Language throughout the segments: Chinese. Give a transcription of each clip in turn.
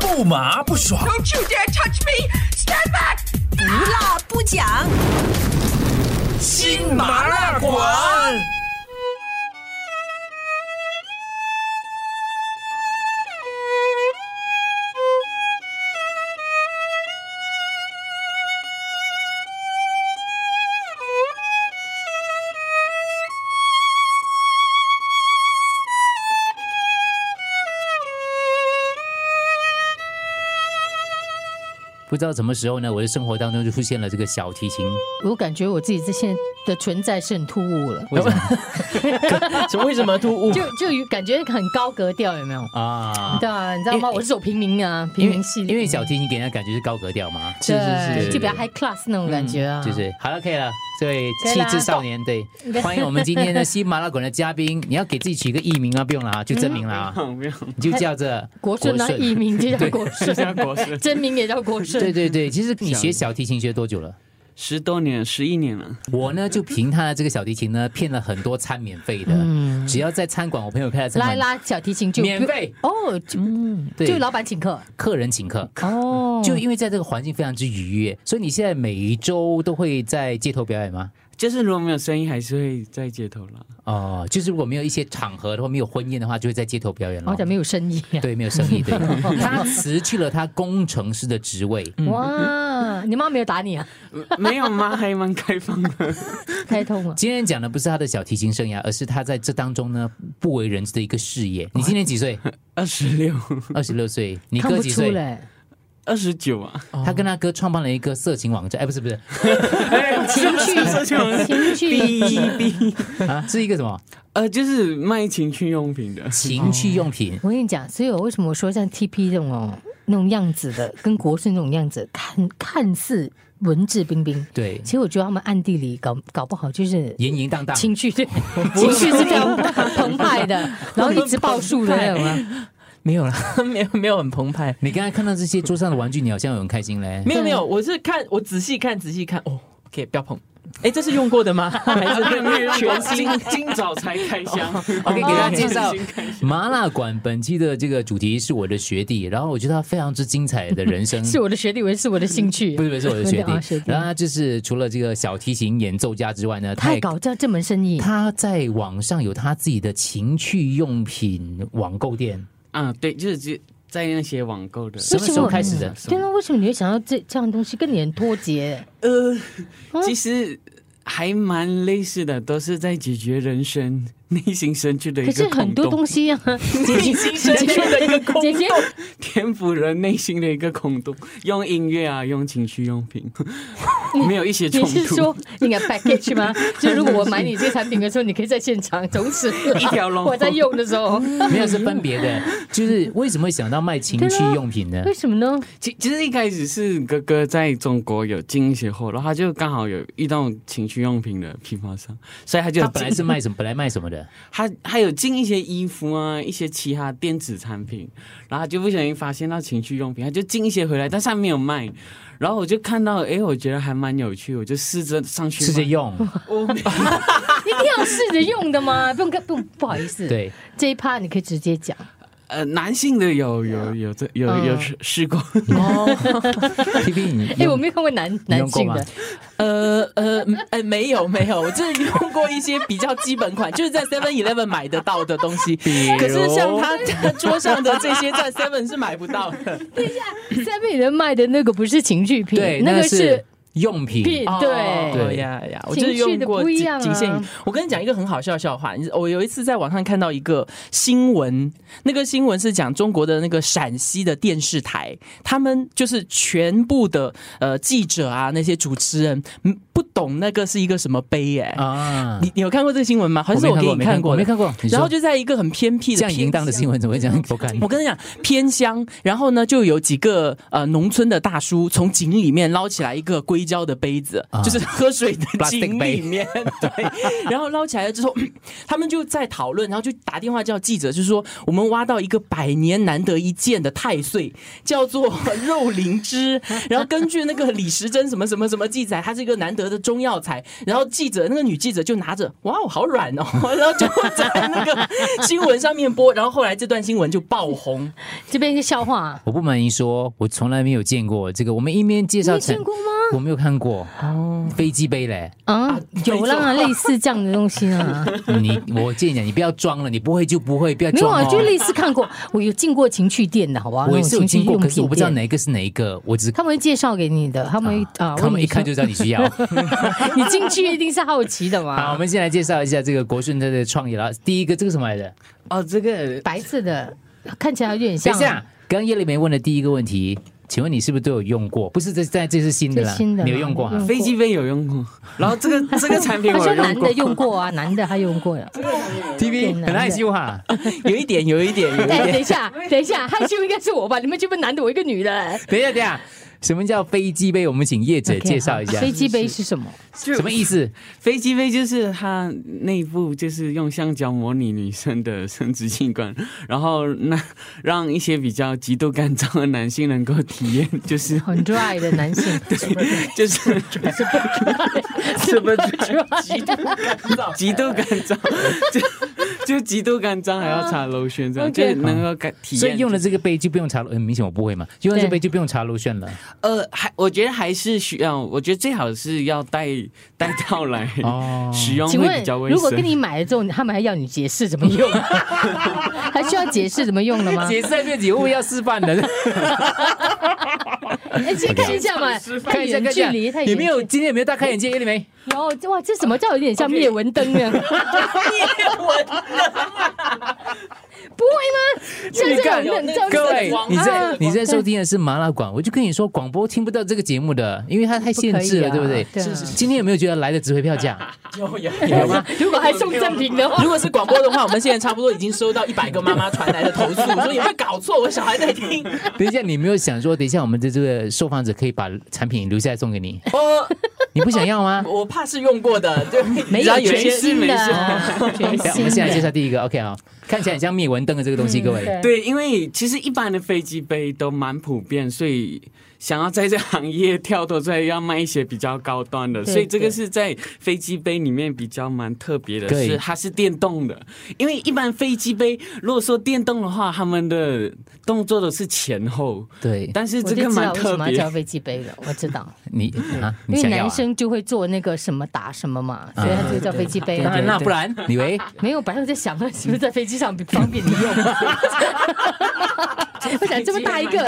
不麻不爽。 Don't you dare touch me! Stand back! 不辣不讲，新麻辣馆。不知道什么时候呢，我的生活当中就出现了这个小提 琴。我感觉我自己这现在的存在是很突兀了，为什么什么为什么突兀？就就有感觉很高格调，有没有？啊你知？道啊你知道吗？因为我是走平民啊，平因为民系，因为小提琴给人家感觉是高格调嘛，是是对是嗯就比较 high class 那种感觉啊，就是好了，可以了。这位可以气啦质少年，对，欢迎我们今天的新麻辣馆的嘉宾。你要给自己取一个艺名啊，不用了啊，就真名了 啊，不用，你就叫这嗯国顺啊，艺。名就叫 国顺，像国师真名也叫国顺，对对对，其实你学小提琴学多久了？十多年、十一年了，我呢就凭他的这个小提琴呢，骗了很多餐免费的，嗯只要在餐馆，我朋友开的餐拉馆一拉小提琴就免费，哦，就对就老板 请客客人请客。哦，就因为在这个环境非常之愉悦，所以你现在每一周都会在街头表演吗？就是如果没有声音，还是会在街头 啦。哦、就是如果没有一些场合的话，没有婚宴的话，就会在街头表演了好。像没有生意啊，对，没有生意。 对，他辞去了他工程师的职位。哇，你妈没有打你啊？没有吗？还蛮开放的。 太痛了，今天讲的不是他的小提琴生涯，而是他在这当中呢不为人知的一个事哦业。你今年几 岁？二十六、二十六岁。你看哥不几出哦岁？来，二十九啊，他跟他哥创办了一个色情网站，哎，不是不 是情趣情趣哔哔，啊，是一个什么呃，就是卖情趣用品的。情趣用品？我跟你讲，所以我为什么说像 TP 这种哦那种样子的，跟国顺那种样子，看看似文质彬彬，对其，实我觉得他们暗地里搞搞不好就是淫淫荡荡。情绪情绪是比较澎湃的，然后一直爆数的那种啊。没有了。 没有没有很澎湃，你刚才看到这些桌上的玩具，你好像很开心嘞。没有啊没有，我是看我仔细看仔细看哦，OK，不要碰。哎，这是用过 的吗？还是全新？今今早才开箱。哦 OK，给大家哦介绍全新开箱麻辣馆本期的这个主题是我的学弟，然后我觉得他非常之精彩的人生。 是我的学弟，以为是我的兴 趣，不是不是我的学啊弟，然后他就是除了这个小提琴演奏家之外呢，他他也也搞这这门生意，他在网上有他自己的情趣用品网购店，啊，对，就是只在那些网购的。嗯什么时候开始的？对啊，为什么你会想要这这样的东西跟你很脱节？嗯呃，其实还蛮类似的，都是在解决人生内心深处的一可个是空洞，很多东西啊，内心深处的一个空姐姐洞。填补人内心的一个空洞，用音乐啊，用情趣用品，没有一些冲你是突说。你的 package 吗？就如果我买你这个产品的时候，你可以在现场从此一条龙我在用的 时候，没有是分别的，就是为什么会想到卖情趣用品呢为？什么呢？其其实一开始是哥哥在中国有进一些货，然后他就刚好有遇到情趣用品的批发商，所以他就他本来进是卖什么？本来卖什么的？他还有进一些衣服啊，一些其他电子产品，然后他就不小心发现到情趣用品，他就进一些回来，但是他没有卖。然后我就看到，诶，我觉得还蛮有趣，我就试着上去试着买用，一定要试着用的吗？不用跟，不用，不好意思。，对，这一趴你可以直接讲。呃，男性的有有有这有有嗯试试过，皮皮你哎，我没有看过男你男用过性吗的，呃呃嗯呃，没有没有，我这用过一些比较基本款，就是在 Seven Eleven 买得到的东西。可是像他他桌上的这些，在 Seven 是买不 到的。下面人卖的那个不是情趣品对，，那个是是用品品，，哦对。对哦呀呀，我就是情用绪的过不一啊样啊仅仅限于。我跟你讲一个很好笑的笑话，你我有一次在网上看到一个新闻，那个新闻是讲中国的那个陕西的电视台，他们就是全部的呃记者啊那些主持人嗯不懂那个是一个什么杯哎、啊，你你有看过这个新闻吗？还是没我给你看过，我过的没？看过。哦你说然后就在一个很偏僻的这样偏淫荡的新闻怎么会 这样不看？我跟你讲，偏乡，然后呢，就有几个呃农村的大叔从井里面捞起来一个龟胶的杯子啊，就是喝水的 Plastic 井杯里面，对，然后捞起来了之后， 他们就在讨论，然后就打电话叫记者，就说我们挖到一个百年难得一见的太岁，叫做肉灵芝，然后根据那个李时珍什么什么什么记载，它是一个难得的中药材，然后记者那个女记者就拿着，哇哦，好软哦，然后就在那个新闻上面播，然后后来这段新闻就爆红，这边一个笑话啊，我不瞒您说，我从来没有见过这个。我们一边介绍你成，见过吗？我没有看过哦，飞机杯嘞。啊，有啦，类似这样的东西啊， 你我建议你，你不要装了，你不会就不会，不要没有装啊，哦。就类似看过，我有进过情趣店的，好不好？我也是有经过，那种可情趣是用我品不知道店哪一个是哪一个，我只是他们会介绍给你的，他们会啊，他问们你一看就说知道你需 要。你进去一定是好奇的好，我嘛。们先来介绍一下这个国顺他的创意了。第一个，这个什么来着？哦，这个白色的，看起来有点等像啊一下，刚刚叶丽梅问的第一个问题，请问你是不是都有用过？不是这在这是新的这啦，是新的你啦嗯有用过啊哈用？飞机杯有用过，然后这个这个产品他我说有男用过的，用过啊， 男的他用 过了。 TV 男的很啊害羞 哈，有一点，有一点，有一哎，点。等一下，等一下，害羞应该是我吧？你们这边男的，我一个女的。 等一下，等一下，什么叫飞机杯？我们请业者 OK，介绍好一下，飞机杯是什么？什么意思？飞机杯就是它内部就是用橡胶模拟女生的生殖器官，然后那让一些比较极度干燥的男性能够体验，就是很 dry 的男性， 就是什么 dry？极度干燥，就就极度干燥还要擦 lotion 这样，就 OK 能够感体验。所以用了这个杯就不用查，很明显我不会嘛，用了这杯就不用查路线了。呃，还我觉得还是需要，我觉得最好是要带带到来哦使用请会问比较卫，如果跟生。你买了之后，他们还要你解释怎 么用，还需要解释怎么用的吗？解释在这里，我要示范的，哎，先看一下嘛， 太看一下远看一距下，离，太有远没有今天有没有大开眼界？叶丽梅，距离？有哦哇，这什么叫有点像灭蚊灯 啊？灭蚊不会吗？像你这看种那种各位，你啊在你在收听的是麻辣馆，我就跟你说，广播听不到这个节目的，因为它太限制了，不对可不以啊对？对啊是是。今天有没有觉得来的值回票价？ 有吗？ 如果还送赠品的话， 如果是广播的话，我们现在差不多已经收到一百个妈妈传来的投诉，说有没有搞错？我小孩在 听。等一下，你没有想说，等一下我们的这个受访者可以把产品留下来送给你，哦，你不想要吗？我怕是用过的，就没只要有有一全些新的啊，全我们新现在介的。绍第一个，OK 啊，看起来很像灭蚊灯的这个东西，各位。对，因为其实一般的飞机杯都蛮普遍，所以想要在这行业跳脱出来，要卖一些比较高端的，对所以这个对是在飞机杯里面比较蛮特别的，对是它是电动的。因为一般飞机杯如果说电动的话，他们的动作都是前后，对，但是我这就个知道蛮为特什么要别叫。飞机杯了，我知道，你啊， 你因为想要男啊？生就会做那个什么打什么嘛，所以他就叫飞机杯当然啊。啦，不然你以为没有，本来我在想，是不是在飞机上比方便你用？ 我想这么大一个，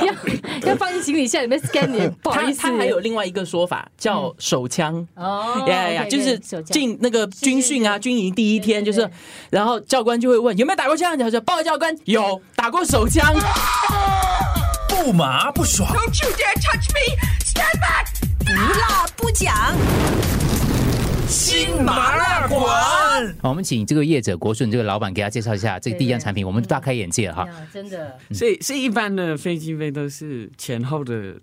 要要放进行李箱里面 scan 你，不好他意思。他还有另嗯外一个说法叫手枪。哦，呀呀呀！对就是对手枪进那个军训啊，军营第一天就是，然后教官就会问有没有打过枪，然后就报告教官有打过手 枪。不麻不爽， Don't you dare touch me! Stand back! 不辣不讲。新麻辣馆，好，我们请这个业者国顺这个老板给他介绍一下这个第一样产品，我们大开眼界了哈。呀啊真的所以所以一般的飞机杯都是前后的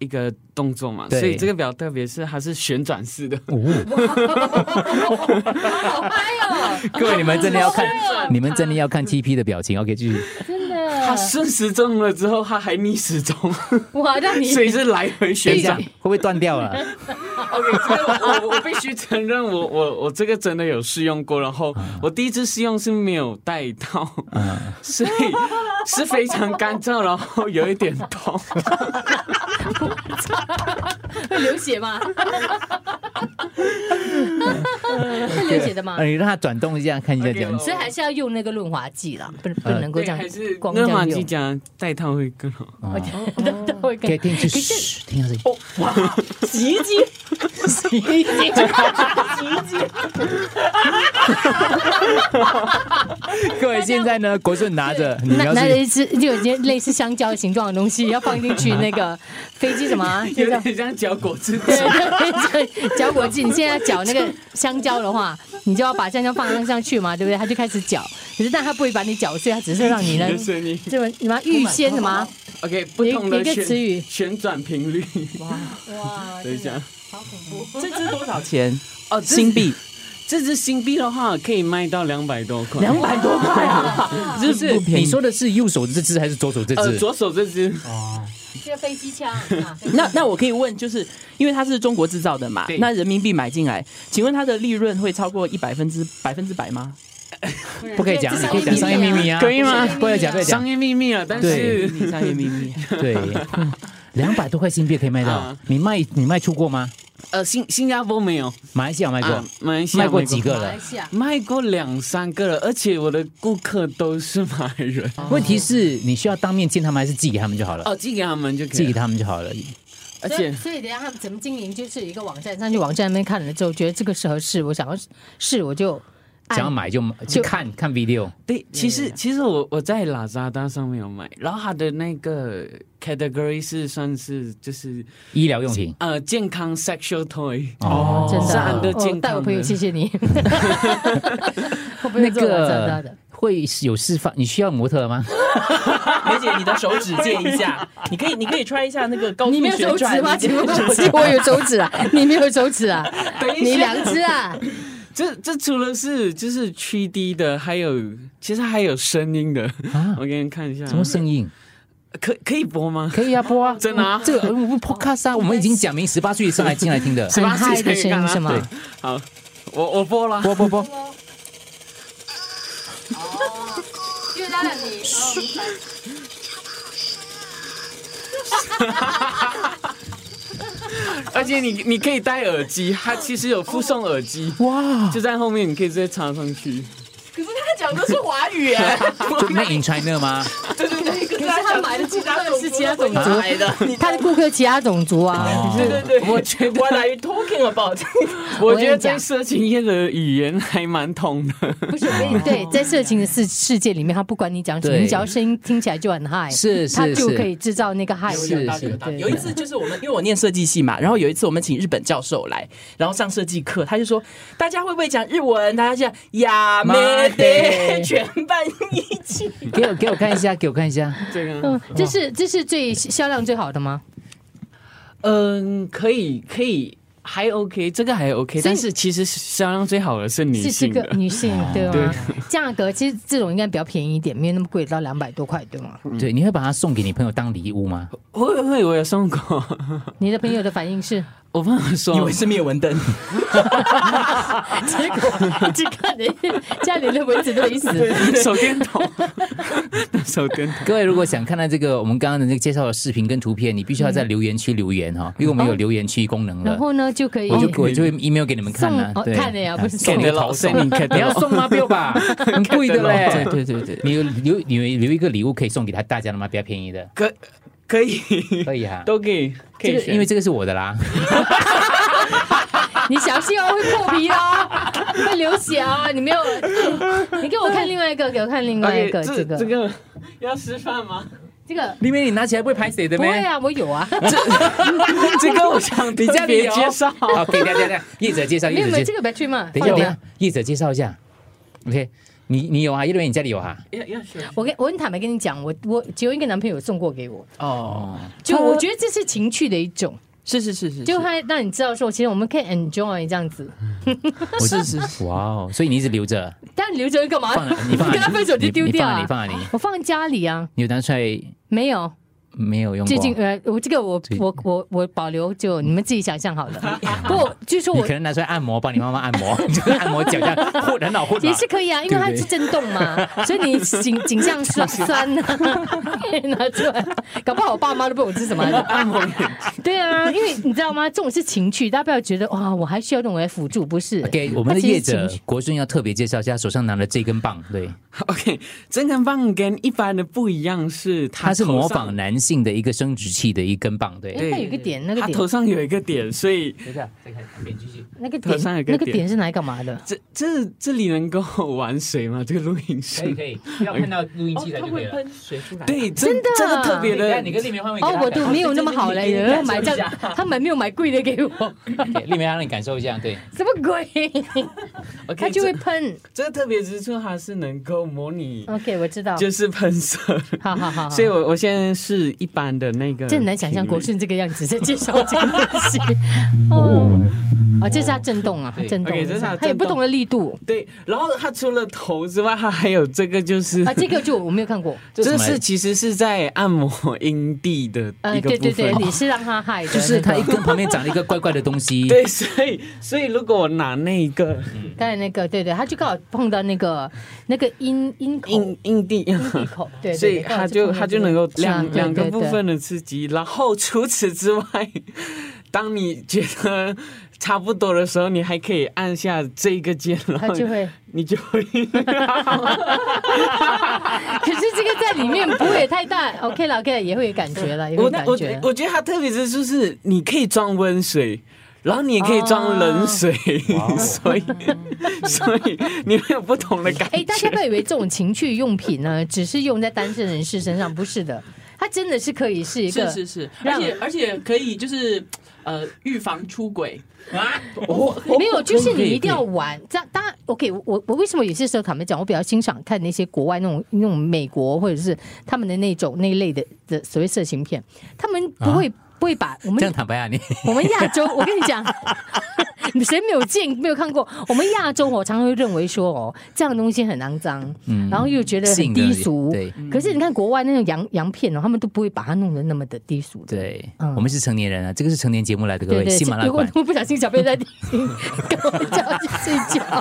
一个动作嘛，对所以这个比较特别，是它是旋转式的。哦好嗨哦， 各位，你们真的要看，你们真的要看 TP 的表情。OK，继续。真他的顺时钟了之后，他还逆时钟，哇，让 你所以是来回旋等一下转会。不会断掉了？ OK，这个我我必须承认我，我我这个真的有试用过，然后我第一次试用是没有带到， 所以是非常干燥，然后有一点痛。会流血吗？会流血的吗呃？你让它转动一下，看一下这样 OK，子。所以还是要用那个润滑剂啦，不不呃能够对，这样还是光这润滑样剂用。加带套会更好。哦都会可以跟听，就嘘，听到这里。洗衣机，洗衣机，各位，现在呢，国顺拿着，你拿要拿着是一只就有些类似香蕉形状的东西，要放进去那个飞机什么啊，就有是点像嚼果汁机，对，对搅果剂，你现在搅那个香蕉的话，你就要把香蕉放上去嘛，对不对？它就开始搅，可是但他不会把你搅碎，他只是让你呢谢，谢你。这么你妈预先什么？ OK，不同的一个旋词语旋转频率。哇 等一下，这只多少钱？哦，新币。这只新币的话可以卖到两百多块，两百多块啊！ 就不是便宜你说的是右手这只还是左手这呃，只？左手这只这个飞机枪， 那那我可以问，就是因为它是中国制造的嘛对，那人民币买进来，请问它的利润会超过一百分之百分之百吗？不可以讲，你可以讲商业秘密啊，可以吗不可以讲，不可以商讲。业秘密啊，但对是你商业秘密。对， 两百多块新币可以卖到啊，你卖你卖出过吗？呃，新新加坡没有，马来西亚卖过啊，，马来西亚卖过几？个马来了？西亚卖过两三个了，而且我的顾客都是马来 人，问题是你需要当面见他们，还是寄给他们就好了？哦，寄给他们就可寄以给了，他们就哎好了。而所以且所以等一下他们怎么经营，就是有一个网站上去网站那边看了之后，觉得这个适合试，我想要试我就按想要买就去就看看 video，对，其实其实我我在 Lazada 上面有买，然后它的那个 category 是算是就是医疗用品呃健康 sexual toy，哦真是按的个健 我带我康朋友，的谢谢你。我朋那友做网站个的，会有示范，你需要模特吗？梅姐，你的手指借一下，你可以，你可以 try 一下那个高速你没有旋手 转指吗？你可以请问我有手指啊？你没有手指啊？等你一下两只啊？这这除了是就是3 D 的，还有其实还有声音的，啊我给你看一下，什么声音？可可以播吗？可以啊，播啊，真的啊这个我们 podcast 啊，我们已经讲明十八岁以上来进来听的。很嗨的声音是对吗？好，我我播了，播播播，因为当然你， 而且你你可以戴耳机，它其实有附送耳机，哇，就在后面，你可以直接插上去。可是他讲的是华语哎，就 Made in China 吗？可是可是他买的其他啊是其他种族买的。他的顾客其他种族啊，哦对对对，我觉得 What are you talking about？ 我跟你觉得讲在色情业的语言还蛮通的。 不是我跟你对，在色情的世世界里面，他不管你讲什么，对你只要声音听起来就很嗨，是他是就可以是，制造那个嗨。是是对有一次就是我们，因为我念设计系嘛，然后有一次我们请日本教授来，然后上设计课，他就说大家会不会讲日文？大家讲亚美得，全班一起。给我给我看一下，给我看一下。这个，嗯，这是这是最销量最好的吗？嗯，可以可以，还 OK，这个还 OK，所以但是其实销量最好的是女是这性个的。女性对啊吗？哦 价格其实这种应该比较便宜一点，没有那么贵，到两百多块对吗？对，你会把它送给你朋友当礼物吗？会会，我有送过，你的朋友的反应是，我朋友以说为，是灭蚊灯，结果一直看你家里的蚊子都没死， 手电筒， 手电筒。各位如果想看到这个我们刚刚的那个介绍的视频跟图片，你必须要在留言区留言哈，因为我们有留言区功能然了。后呢就可以我就我就会 email 给你们哦看送啊哦，对，看了 呀，不是送给。你个 头送，你要送吗？不要吧， 很贵的嘞。对对对你有留你有留一个礼物可以送给他大家的吗？比较便宜的，可 可以， 可以啊哈。都可以，可这以个选。因为这个是我的 啦，你小心哦，会破皮哦，会流血哦。你没有， 你给我看另外一个，给我看另外一 OK，个，这这个这个 要示范吗？这个因为你拿起来不会拍谁的不 会咩？啊，我有啊，哎这个我 想你家特 里别有介绍。好，可以，等一下等一下，业者介绍，没业有没有者这介，个别去嘛。等一下等放一着下，业者介绍一下。OK，你你有啊？叶伦，你家里有啊？要要选我跟我很坦白跟你讲，我我只有一个男朋友送过给我，哦，就我觉得这是情趣的一种，是是是是，就他让你知道说，其实我们可以 enjoy 这样子。是是是，哇哦！所以你一直留着，但留着干嘛放了？ 你放了 跟他分手就丢掉啊你？放了你，我放家里啊，你有拿出来没有。没有用过？最近呃，我这个我最我我我保留，就你们自己想象好了。不过据 说你我可能拿出来按摩，帮你妈妈按摩， 就是按摩脚这样，混很好 混吧也是可以啊，因为它是震动 嘛，所以你颈颈项酸酸的 可以拿出来，搞不好我爸妈都不懂这是 什么来的。对啊，因为你知道吗？这种是情趣，大家不要觉得哇，我还需要这种来辅助，不是 OK，我们的业它者其实是情趣国顺要特别介绍一下，手上拿的这根棒，对， OK，真根棒跟一般的不一样是它它是模头上仿男性的一个生殖器的一根棒，对，哎，它有一个点，那个他头点，上有一个点，所以等一下，再看点继续。那个头上有点，个那个点点是拿来干嘛的？这这这里能够玩水吗？这个录影可以室？可以，不要看到录音器材就可以了。水出来。对，这真的这个特别等一下你的，跟丽梅换位给她哦看，我都没有那么好嘞，有人买这样，他们没有买贵的给我， OK，丽梅让你感受一下，对， 什么鬼？它 OK，就会这喷。这个特别之处，它是能够模拟 OK，我知道，就是喷射。好好好好。所以我我现在是一般的那个频率，这很难想象国顺这个样子在介绍这个东西。哦，啊，这是它震动啊，它震动 OK，这是它它有不震动同的力度对，然后它除了头之外，它还有这个就是啊。这个就我没有看过，这什么来是其实是在按摩阴蒂的呃，一个对部对对，分。你是让它害 的，就是它那一个根旁边长了一个怪怪的东西，对，所以所以如果我拿那一个刚才那个，对对，它就刚好碰到那个那个阴阴口硬硬地，闭口，对，对所以对刚它好就碰到它就这个能够是啊两两个对对部对分的刺激，然后除此之外，当你觉得差不多的时候，你还可以按下这个键，然它后就会。你就会 可是这个在里面不会太大，OK 了，OK 了，也会有感觉了，也会我有感我觉。我觉得它特别之处是，你可以装温水，然后你也可以装冷水， 所以所以你会有不同的感哎，大家觉。不要以为这种情趣用品呢， 只是用在单身人士身上，不是的，它真的是可以是一个是是是，而让且而且可以就是呃预防出轨，没有，就是你一定要可以玩。这样当然 OK 我。我我为什么有些时候坦白讲，我比较欣赏看那些国外那种那种美国或者是他们的那种那一类的的所谓色情片，他们不啊会、不会把我这样们坦白啊，你 我们亚洲，我跟你讲， 谁没有见没有看过？我们亚洲我常常会认为说哦，这样的东西很肮脏，嗯然后又觉得很性的低俗。对可是你看国外那种洋洋片哦，他们都不会把它弄得那么的低俗 的。对嗯，我们是成年人啊，这个是成年节目来的，各对位，对，喜马拉雅如果馆他们不小心小贝在听，跟我们叫去睡觉。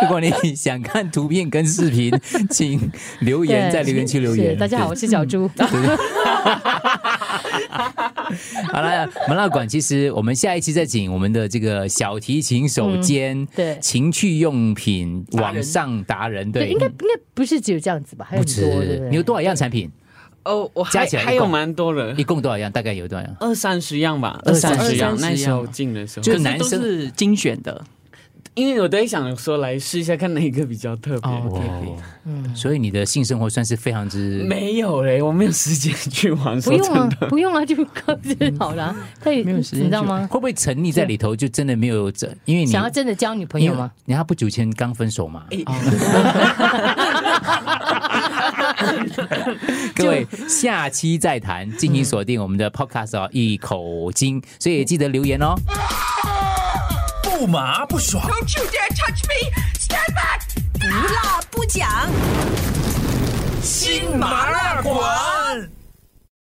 如果你想看图片跟视频，请 留言对在留言区留是言。嗯大家好，我是小猪。 对。好了，麻辣馆其实我们下一期再请我们的这个小提琴手兼嗯对情趣用品达人网上达人，对，嗯应该应该不是只有这样子吧？还有不很多，对止不。你有对？多少样产品？哦，我加还起来一还有共蛮多的一，共多少样？大概有多少样？二三十样吧，二二三三十十样样。那时二候三进的时候，就就就是男是都生是精选的。因为我都会想说来试一下，看哪一个比较特别。哦，OK，可以哦，嗯所以你的性生活算是非常之没有嘞，我没有时间去玩，不说用啊真的。，不用啊，就 告知好了。嗯他也没有时间你知道吗？会不会沉溺在里头？就真的没有这，因为你啊想要真的交女朋因友为吗？？哦你看他不久前刚分手嘛。 各位，下期再谈，敬请锁定我们的 Podcast 哦，一口金，所以也记得留言哦。不麻不爽。 Don't you dare touch me! Stand back! 不辣不讲。新麻辣馆。